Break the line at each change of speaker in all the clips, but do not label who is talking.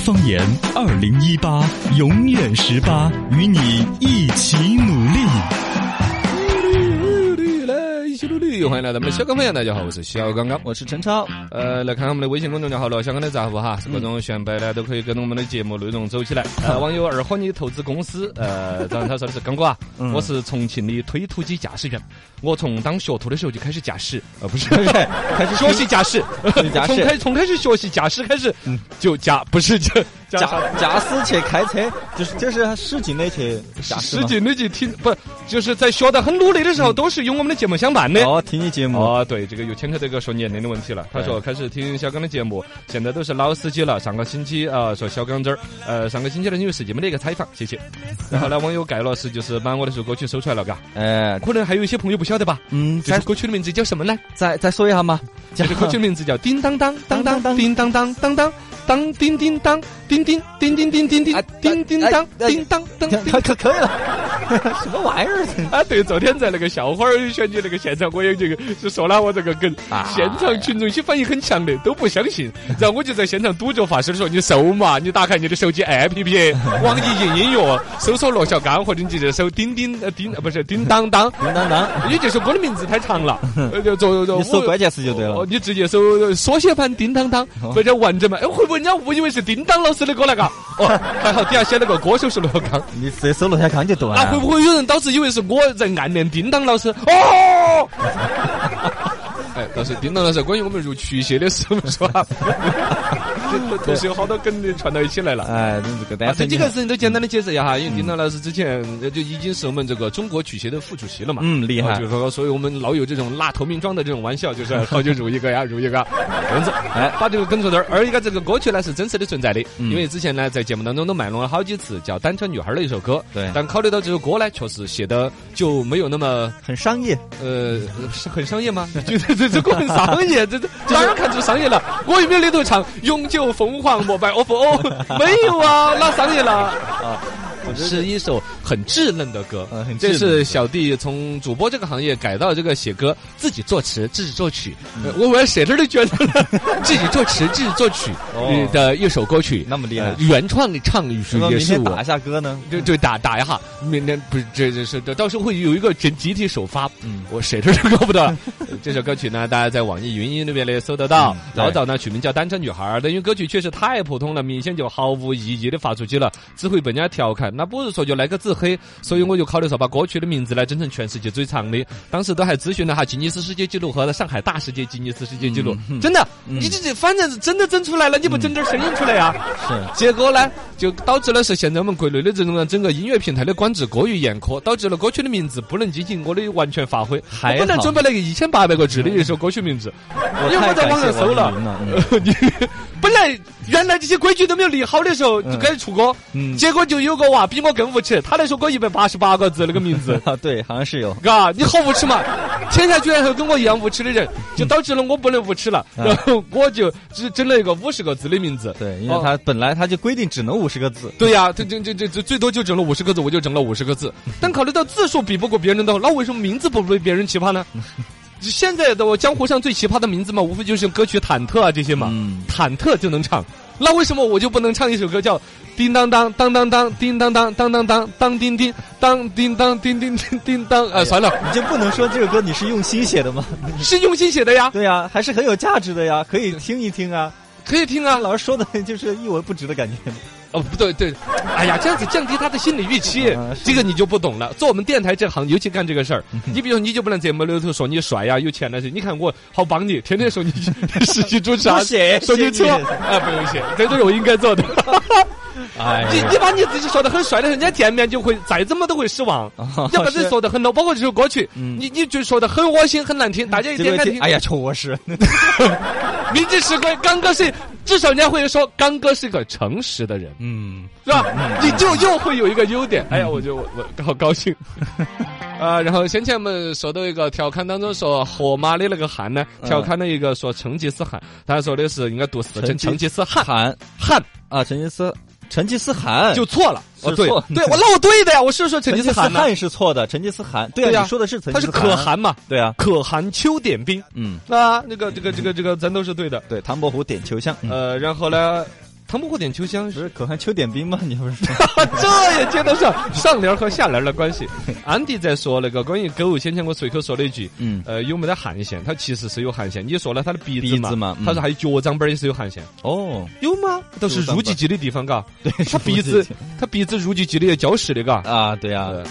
方言二零一八，永远十八，与你一起努力。
来，一起努力！欢迎来到我们小刚方言，大家好，我是小刚刚。
嗯我是陈超，嗯
呃，来看看我们的微信公众号了，相关的杂货哈，各种选白呢都可以跟着我们的节目内容走 起来。呃，网友二货你投资公司，呃，张他说的是刚哥 啊，
嗯
我是重庆的推土机驾驶员，我从当学徒的时候就开始驾
嗯
驶，呃，不是， 开始学习驾 驶，
驾驶
从开从开始学习驾驶开始
嗯
就驾，不是驾
驾驾驶去开车， 就是就是市井的去驾驶
实
嘛。
际那就听不就是在学得很努力的时候，都是用我们的节目相伴的。
嗯哦，听你节目，
哦，对，这个又牵扯到一个说年龄的问题了。他说开始听小刚的节目，现在都是老司机了。上个星期啊、呃说小刚这儿，呃，上个星期呢，因为是你们的一个采访，谢谢。然后呢，网友盖老师就是把我那首歌曲搜出来了，嘎。
哎，
可能还有一些朋友不晓得吧？
嗯，
这
再
首歌曲的名字叫什么呢？
再再说一 下嘛，
这
讲
首歌曲的名字叫《叮当当当当当叮当当当当当叮叮当叮叮叮叮叮叮叮叮叮当叮当当叮
可可可 以了，什么玩意儿？
啊，对，昨天在那个校花儿选举那个现场，我有这个是说了我这个梗，
啊
现场群众些反应很强烈，都不相信。然后我就在现场堵着发声说：“你搜嘛，你打开你的手机 APP，网易云音乐搜索罗小刚，或者你直接搜叮叮呃叮呃不是叮当当。”
叮当当，
因为这首歌的名字太长 了，呃就就就
你搜
我
关键词就对了
哦，你直接搜缩写版叮当当
哦
或者完整版，哎，会不会人家误以为是叮当老师的歌那个？哦，还好底下写了个歌手是罗刚。
你直接搜罗小刚就对
那啊会
了。
不会有人当时以为是我在暗恋叮当老师？哦。 哎，倒是叮当老师，关于我们入曲协的事，我们说 啊，同时有好多梗就传到一起来了。
哎，这个
啊
单，
这
身
几
女
个
汉，
事情都简单的解释一下哈，因为叮当老师之前呃就已经是我们这个中国曲协的副主席了嘛，
嗯，厉
啊
害
就是。说，所以我们老有这种拉投名状的这种玩笑，就是好久入一个呀，入一个，这样子，哎，把这个梗说这儿。而一个这个歌曲呢是真实的存在的，
嗯
因为之前呢在节目当中都卖弄了好几次叫《单车女孩》的一首歌，
对
但考虑到这首歌呢，确实写的就没有那么
很商业，
呃是很商业吗？就这这这歌很商业，这这哪儿看出商业了？我有没有里头唱永久凤凰膜拜 ofo？哦没有啊，哪商业了？是一首很稚嫩的歌，
嗯很稚
这
嫩
是小弟从主播这个行业改到这个写歌，自己作词，自己作曲。
嗯
呃我我写这都觉得了， 自己作词，自己作曲
哦
呃的一首歌曲，
那么厉害
呃原创的唱语
那么
也
明
是
天打
我
一。下歌呢？
就就打打一下，明天不是这这是这到时候会有一个集集体首发，
嗯，
我谁都是搞不到。呃这首歌曲呢，大家在网易云音乐那边呢搜得到。
嗯对
老早呢取名叫《单车女孩》，但因为歌曲确实太普通了，明显就毫无意义的发出去了，只会被人家调侃。那不如说就来个自黑，所以我就考虑说把歌曲的名字呢整成全世界最长的。当时都还咨询了哈吉尼斯世界纪录和上海大世界吉尼斯世界纪录，
嗯
真的，你这这反正是真的整出来了，你不整点声音出来呀、
是
结果呢，就导致了是现在我们国内的这种整个音乐平台的管制过于严苛，导致了歌曲的名字不能进行我的完全发挥。我
还
本来
好
准备了一个一千八百个字的一首歌曲名字，
我
因为我
太
在
感
网
谢
上
网
搜
易
了
云，了。 嗯
你本来原来这些规矩都没有立好的时候就该出歌，
嗯
结果就有个娃比我更无耻，他那首歌一百八十八个字那个名
。
字
啊，对，好像是有。
嘎、你好无耻嘛！天下居然还有跟我一样无耻的人，就导致了我不能无耻了。
嗯
然后 我就只整了一个五十个字的名字。
对，因为
哦
他本来他就规定只能五十个字。
对呀、这这这这这最多就整了五十个字，我就整了五十个字。但考虑到字数比不过别人的话，那为什么名字不比别人奇葩呢？现在的我江湖上最奇葩的名字嘛，无非就是歌曲《忐忑》啊这些嘛，
嗯，
忐忑就能唱。那为什么我就不能唱一首歌叫《叮当当当当当叮当当当当当当叮叮当叮当叮叮叮叮当》？啊，算了，
你就不能说这首歌你是用心写的吗？
是用心写的呀，
对呀、还是很有价值的呀，可以听一听啊。
可以听啊。
老师说的就是一文不值的感觉。
哦，不对对，哎呀，这样子降低他的心理预期
啊，是嗯
这个你就不懂了。做我们电台这行，尤其干这个事儿，你比如你就不能节目里头说你帅呀、有钱那些。你看我好帮你，天天说你实习主持啊
不写，
说你
谢
车
谢
啊，不用谢，这都是我应该做的。
哎
你你把你自己说的很帅的人，人家见面就会再怎么都会失望。你把这
是
说的很 low，包括这首歌曲，
哦嗯
你你就说的很恶心、很难听，大家一
结
点
果
开
听
听， 哎
哎，呀，确实，
明知吃亏，刚哥是至少人家会说刚哥是个诚实的人。
嗯，
是吧？你就又会有一个优点。哎呀，我就我我好高 兴。啊，然后先前我们说到一个调侃当中说河马的那个汉呢，
嗯
调侃了一个说成吉思汗，他说的是应该读是成
成吉
成吉思汗
汗
汗
啊，成吉思，成吉思汗
就错了。哦，
是
对
错
对，我那我对的呀，我是说成
成
吉
吉
思
思
汗呢，啊
汗是错的，成吉思汗，对
对呀
啊，你说的是成
他
吉
是
思
可，汗嘛，
对啊，
可汗秋点兵
嗯，
啊，那个这个这个这个咱都是对的。
对，唐伯虎点秋香，嗯
呃，然后呢，唐伯虎点秋香
不是可汗邱点兵吗？你不是说
这也接得上上联和下联的关系。 安迪在说那个关于狗，先前我随口说了一句，
嗯
呃，有没得汗腺？它其实是有汗腺。你说了它的鼻
鼻
子
子
嘛
嘛，嗯
他说还有脚掌板儿也是有汗腺，
哦，
有吗？都是
脚掌
入
板
脊肌的地方，嘎。
对，
它鼻子，它鼻子入脊肌的要礁石的，嘎。
啊，对啊，
呃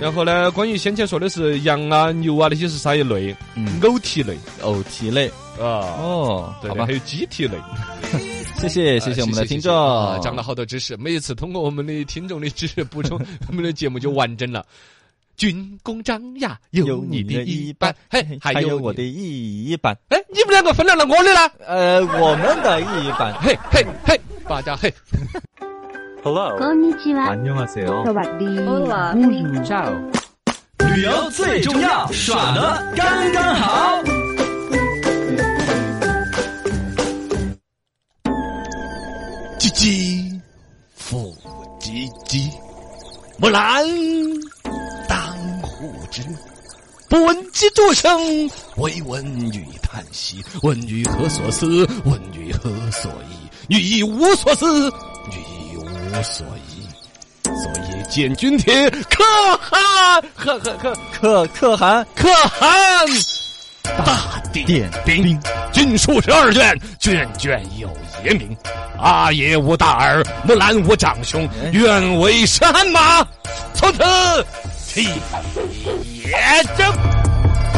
然后呢，关于先前说的是羊啊、牛啊那些是啥一类？
嗯，
偶蹄类
偶蹄类
啊。
哦，
对
好
的，
吧
还，有鸡蹄类，
谢谢谢
呃
哎谢我们的听众
啊，讲了好多知识。每一次通过我们的听众的知识补充，我们的节目就完整了。军功章呀，有你的一半，嘿，还
还有
有
我的
你。
意义版，
哎，你们两个分了了我的啦，
呃，我们的意义版。
嘿嘿嘿，大家嘿。
こんにちは。
안녕하세요。
สวัสดี
Hola
旅游最重要，耍的刚刚好。
唧唧复唧唧，木兰当户织。不闻机杼声，惟闻女叹息。问女何所思？问女何所忆？女亦无所思，女亦无所忆。所以见军帖，可汗，可可可
可可汗
可汗。大
点
点兵，军书十二卷，卷卷有爷名。阿爷无大儿，木兰无长兄，
哎
愿为山马，从此替爷征，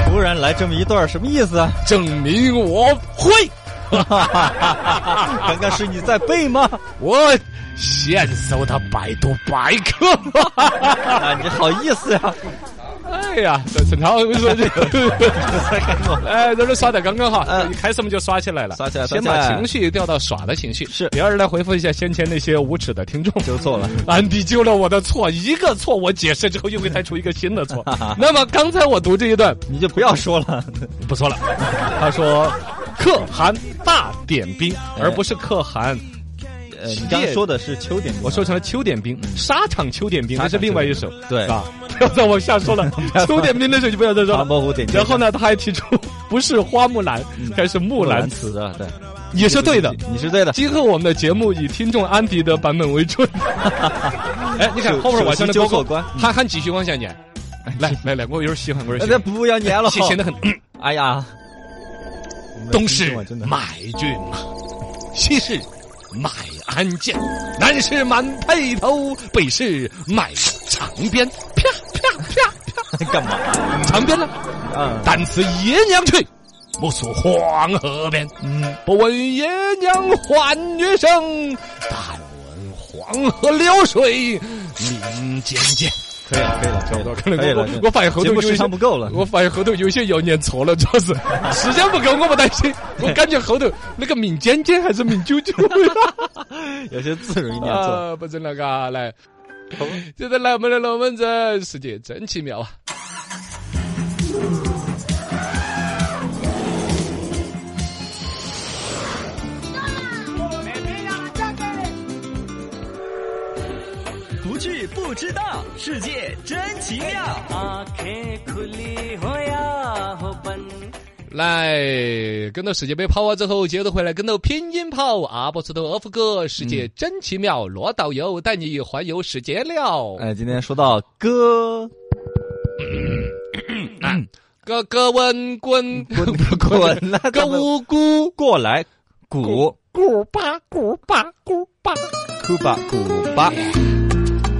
突然来这么一段，什么意 思啊？
证明我会。
刚刚是你在背吗？
我现搜的百度百科。
啊，你好意思呀、
哎呀，这陈涛，我跟你说，这 哎，在这耍的刚刚好，
嗯
一开始我们就耍起来了，
耍起来
先
耍起
把
来
情绪调到耍的情绪，
是
第二呢，回复一下先前那些无耻的听众。
纠错了。
安迪纠了我的错，一个错我解释之后又会带出一个新的错。那么刚才我读这一段
你就不要说了，
不说了，他说可汗大点兵，而不是可汗，
呃，你刚说的是秋点兵，
我说成了秋点兵，嗯沙场秋点兵，那是另外一首，
对
是吧？ 不要再往下说了，秋点兵的时候就不要再说
唐
了。
伯虎点秋香
然后呢，他还提出不是花木兰，该是木
木
兰
兰
辞，
辞啊，对，
也是对的。
你是对的。
今后我们的节目以听众安迪的版本为 准。哎，你看
手
后边晚上的
手机
高
纠错
考
官
还还继续往下念。来来来，我有点喜欢，我有点
那
喜
那
欢
不要念了，
显显得很。
哎呀，
东市
我们的听众啊真的
买骏马，西市买鞍鞯，南市满辔头，北市买长鞭。啪啪啪
干嘛？
啪，长鞭呢？
啊，
但辞爷娘去，莫诉黄河边。
嗯，
不闻爷娘唤女声，但闻黄河流水鸣溅溅。
可以了，可以了，差不多，
可能
可以
我
了。
我发现后
节
头
目
有一些
时长不够了，
我发现后头有些要念错 了，主要是时间不够，我不担心。我感觉后头那个命尖尖还是命九九
有些字容易念错。
啊，不整了嘎来。现在来我们的龙门阵，世界真奇妙啊！
不去不知道，世界真奇妙。
आंखें खुली हो या हो बंद
来，跟到世界杯跑完之后，接着回来跟到拼音跑。阿波石头阿福哥，世界真奇妙，罗导游带你环游世界了。
哎，今天说到 歌，
哥哥问滚
滚滚了，
个无辜，
过来，古
古巴古巴古巴。
古巴古巴，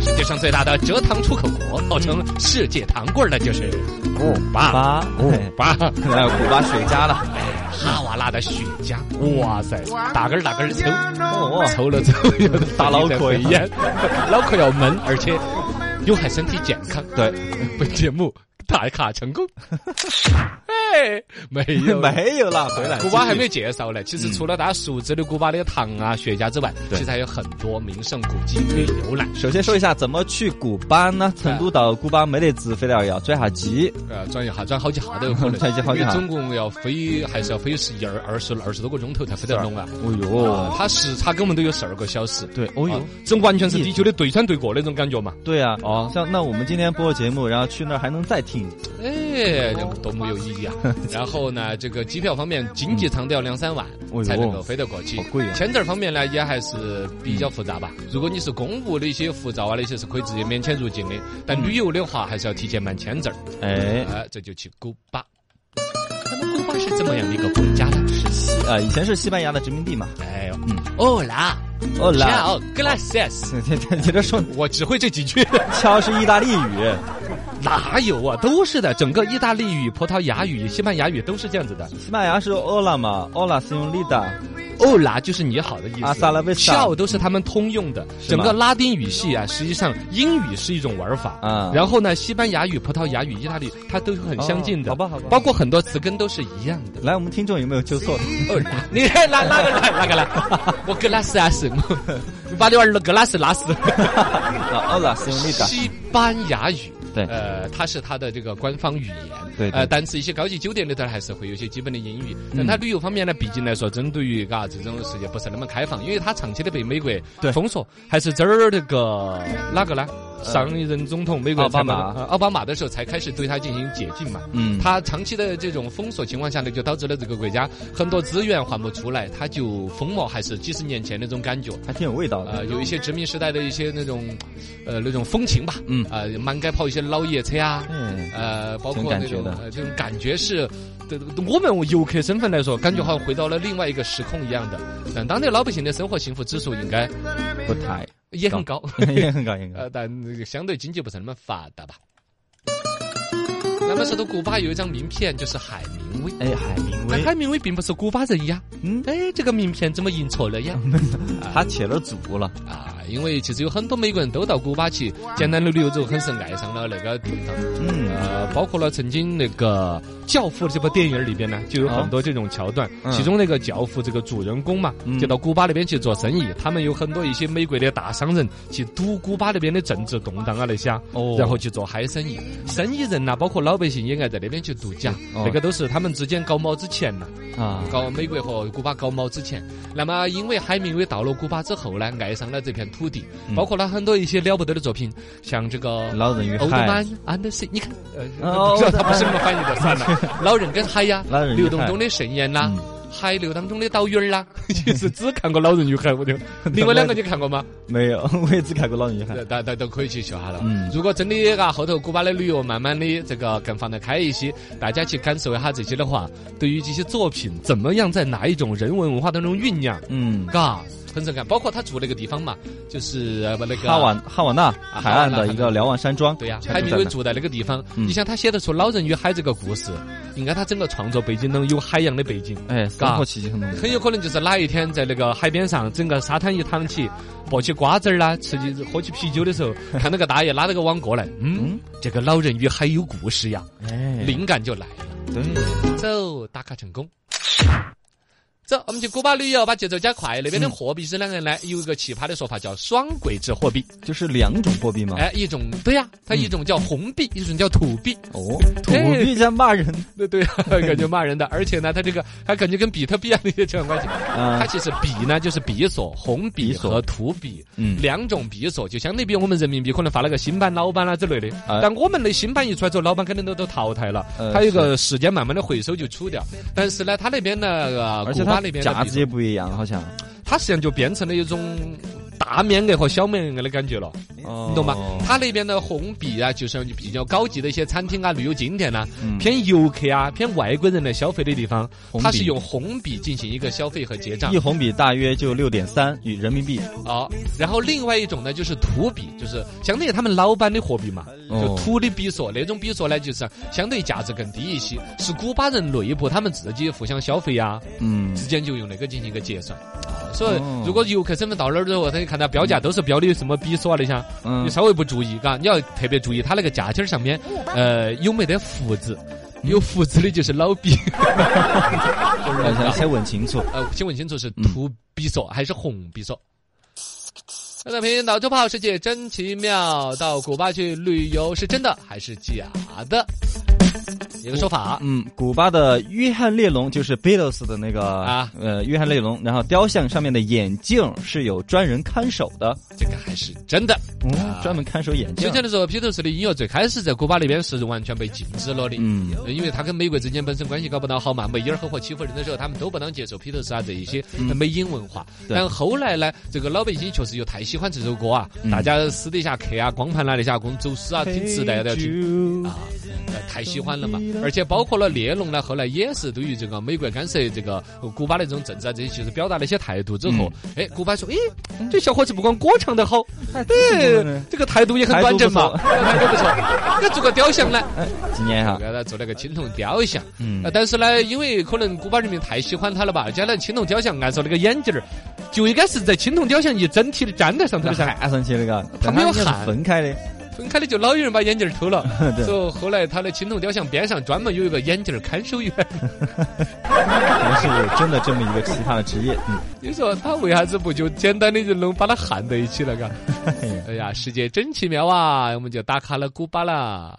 世界上最大的蔗糖出口国，号称世界糖棍儿的就是古巴。
巴古
巴
还有古巴雪茄了。
哈瓦那的雪茄，哇塞，打根儿打根儿抽，
哦，
抽了之后有点
打脑壳呀
烟，脑壳要闷，而且有害身体健康。
对，
本节目打卡成 功。哎，没有。
没有啦，回来。
古巴还没
有
有介绍呢。其实
嗯
除了大家熟知的古巴的糖啊、雪茄之外，其
对
实还有很多名胜古迹可以游览。
首先说一下怎么去古巴呢？成都到古巴没得直飞了，要转下机。
呃，转一下，转好几下都有可 能，
转一下好几
因为
下
总共要飞，还是要飞十一二、二十、二十多个钟头才飞得拢啊。
哦哟，
它时差跟我们都有十二个小时，
对，哦
啊
哟，
这完全是地球的对穿对过那种感觉嘛。
对啊，
哦
像那我们今天播节目，然后去那儿还能再听，
哎，这多么有意义啊！ 然后呢，这个机票方面，经济舱都要两三万
哎呦
才能够飞得过去
好贵啊。
签证方面呢，也还是比较复杂吧。如果你是公务的一些护照啊，那些是可以直接免签入境的，但旅游的话，还是要提前办签证。
哎，
嗯哎，这就去古巴。那么古巴是怎么样的一个国家呢？是西
啊，以前是西班牙的殖民地嘛。
哎呦
嗯，
哦啦，
哦啦，
好，gracias。
你这你这说
我只会这几句，
敲是意大利语，
哪有啊？都是的，整个意大利语、葡萄牙语、西班牙语都是这样子的。
西班牙是欧拉嘛，欧拉是用力的。
欧拉哦就是你好的意思，
阿萨拉维萨
笑都是他们通用的。
是
整
吗
个拉丁语系啊，实际上英语是一种玩法
啊
然后呢，西班牙语、葡萄牙语、意大利，它都是很相近的，
哦好吧好吧
包括很多词根都是一样的。
来，我们听众有没有纠错的？
欧拉，你来哪哪个来哪个来？ 我格拉斯拉斯，你把你娃儿格拉斯拉斯。
啊，欧拉是用力的。
西班牙语。
对
呃，它是它的这个官方语言。
对对
呃，但是一些高级酒店里头还是会有一些基本的英语。但
嗯
它旅游方面呢，毕竟来说，针对于嘎这种事情不是那么开放，因为它长期的被美国
对呃
封锁，还是这儿那个哪个呢？上一任总统美国
奥巴
才把
马
呃奥巴马的时候才开始对它进行解禁嘛。
嗯，
它长期的这种封锁情况下呢，就导致了这个国家很多资源还不出来，它就风貌还是几十年前那种感觉。
还挺有味道的。
呃，有一些殖民时代的一些那种，呃，那种风情吧，
嗯
呃，满街跑一些老爷车啊，
嗯，
呃，包
挺
括
感
那种
觉的
呃这种感觉是，对，对我们游客身份来说，感觉好像回到了另外一个时空一样的。但当地老百姓的生活幸福指数应该
不太，
也很高，
也很高，应该。
呃，但相对经济不是那么发达吧。那么说到古巴有一张名片，就是海明威。
哎，海明
那
威，
海明威并不是古巴人呀，
嗯，
哎，这个名片怎么印错了呀？
他起了足了。
啊，因为其实有很多美国人都到古巴去，简单的旅游之后很是爱上了那个地方。
嗯，
呃，包括了曾经那个《教父》这部电影里边呢，就有很多这种桥段。
嗯
其中那个《教父》这个主人公嘛，
嗯
就到古巴那边去做生意。他们有很多一些美国的大商人去赌古巴那边的政治动荡啊那些啊，
哦
然后去做嗨生意。生意人呐、包括老百姓也爱在那边去度假。
哦
那个都是他们之间搞毛之前呐、
啊，
搞美国和古巴搞毛之前，那么因为海明威到了古巴之后呢，爱上了这片土地，包括了很多一些了不得的作品，像这个《
老人与
欧德
海
曼，安德森》，你看，呃，
哦
不知道他不是那么翻译的，算了，哦老人跟海呀
老，人与海
流动中的盛宴啦
嗯。
海流当中的岛屿儿 啦，其实只看过《老人与海》，我就 另外两个你看过吗？
没有， 我也只看过老人与海。
呃大家都可以去学下了。
嗯
如果真的啊，后头古巴的旅游慢慢的这个更放得开一些，大家去感受一下这些的话，对于这些作品怎么样在哪一种人文文化当中酝酿，
嗯，
嘎，很震撼。包括他住那个地方嘛，就是呃不那个
哈瓦哈瓦那海岸
啊哈瓦
的
那
一个瞭望山庄，
对呀、
全
海
都
明
在
威
那
住在那个地方，
嗯
你想他写得出《老人与海》这个故事，应该他整个创作背景中有海洋的背景。
哎，生活气息很浓。
很有可能就是哪一天在那个海边上，整个沙滩一躺起，剥起瓜子儿啦，吃起喝起啤酒的时候，看到个大爷拉着个网过来，嗯
嗯，
这个老人与海有故事呀，嗯
哎，
灵感就来了，
对，
走，打卡成功。走，我们去古巴旅游，把节奏加快。那边的货币是两个人呢，有一个奇葩的说法叫“双轨制货币
就是两种货币”。嘛。
哎，一种对呀、它一种叫红币，一种叫土币。
哦，土币在骂人
对对、感觉骂人的。而且呢，它这个还感觉跟比特币啊那些扯上关系。
啊
它，其实比呢就是比索、红比
比索
和土比。
嗯，
两种比索，就相对比我们人民币可能发了个新版、老版啦之类的。
哎
但我们的新版一出来之后，老版肯定都都淘汰了，
呃
它有个时间慢慢的回收就出掉。但是呢，它那边呢，呃古
而且
巴
它
那边的
价
比
值
索，
也不一样，好像。
它实际上就变成了一种。大面额和小面额的感觉了，
你
你嗯懂吗？它那边的红比啊，就是比较高级的一些餐厅啊、旅游景点呐、
嗯
偏游客啊、偏外国人来消费的地方，
红
它
笔
是用红笔进行一个消费和结账
一。红笔大约就六点三与人民币，
哦，然后另外一种呢就是土比，就是相当于他们老板的货币嘛，就
哦
土的比索那种比索呢，就是相对价值更低一些，是古巴人内部他们自己互相消费呀、
嗯
之间就用那个进行一个结算。啊所以
哦
如果游客身份到那儿之后，他就看到标价都是标的什么比索啊那些，
嗯
你，稍微不注意，啊嘎，你要特别注意它那个价签儿上面，呃，有没得福字，有福字的就是老 比，就是
好
那个
像先问清楚。
呃，先问清楚是土比索还是红比索？那大平脑洲泡世界真奇妙，到古巴去旅游是真的还是假的？一个说法。啊
嗯，古巴的约翰列侬就是 Beatles 的那个
啊
呃，约翰列侬，然后雕像上面的眼镜是有专人看守的，
这个还是真的。
嗯，专门看守眼
之
镜。
前的时候，披头士的音乐最开始在古巴那边是完全被禁止了的，呃
嗯
因为他跟美国之间本身关系搞不到好嘛，美伊尔合伙欺负人的时候，他们都不当接受披头士啊这一些美音文化。
嗯对
但后来呢，这个老百姓确实又太喜欢这首歌啊，
嗯
大家私底下客啊、光盘啊那些啊，各种走私啊、听磁带啊都要听。
听
啊，呃太喜欢了嘛！而且包括了列侬呢，后来也是对于这个美国干涉这个呃古巴的这种政治啊，这些其实表达了一些态度之后，哎、古巴说，哎，这小伙子不光歌唱得好，哎，这个态度也很端正嘛，态度不错，啊那做个雕像 呢，
今年哈，
给他做了个青铜雕像。
嗯
呃，但是呢，因为可能古巴人民太喜欢他了吧，而且呢，青铜雕像按说那个眼镜儿，就应该是在青铜雕像一整体的粘在上头的
不 是
噻，
喊上去那个，
他没有
但它应该是
喊
分开的。
分开的就老有人把眼镜儿偷了。
对
所以后来他的青铜雕像边上专门有一个眼镜儿看守员。
可能是有真的这么一个奇葩的职业。嗯，
你说他为啥子不就简单的就能把它焊在一起了？嘎，
哎呀。
哎呀，世界真奇妙啊！我们就打卡了古巴啦。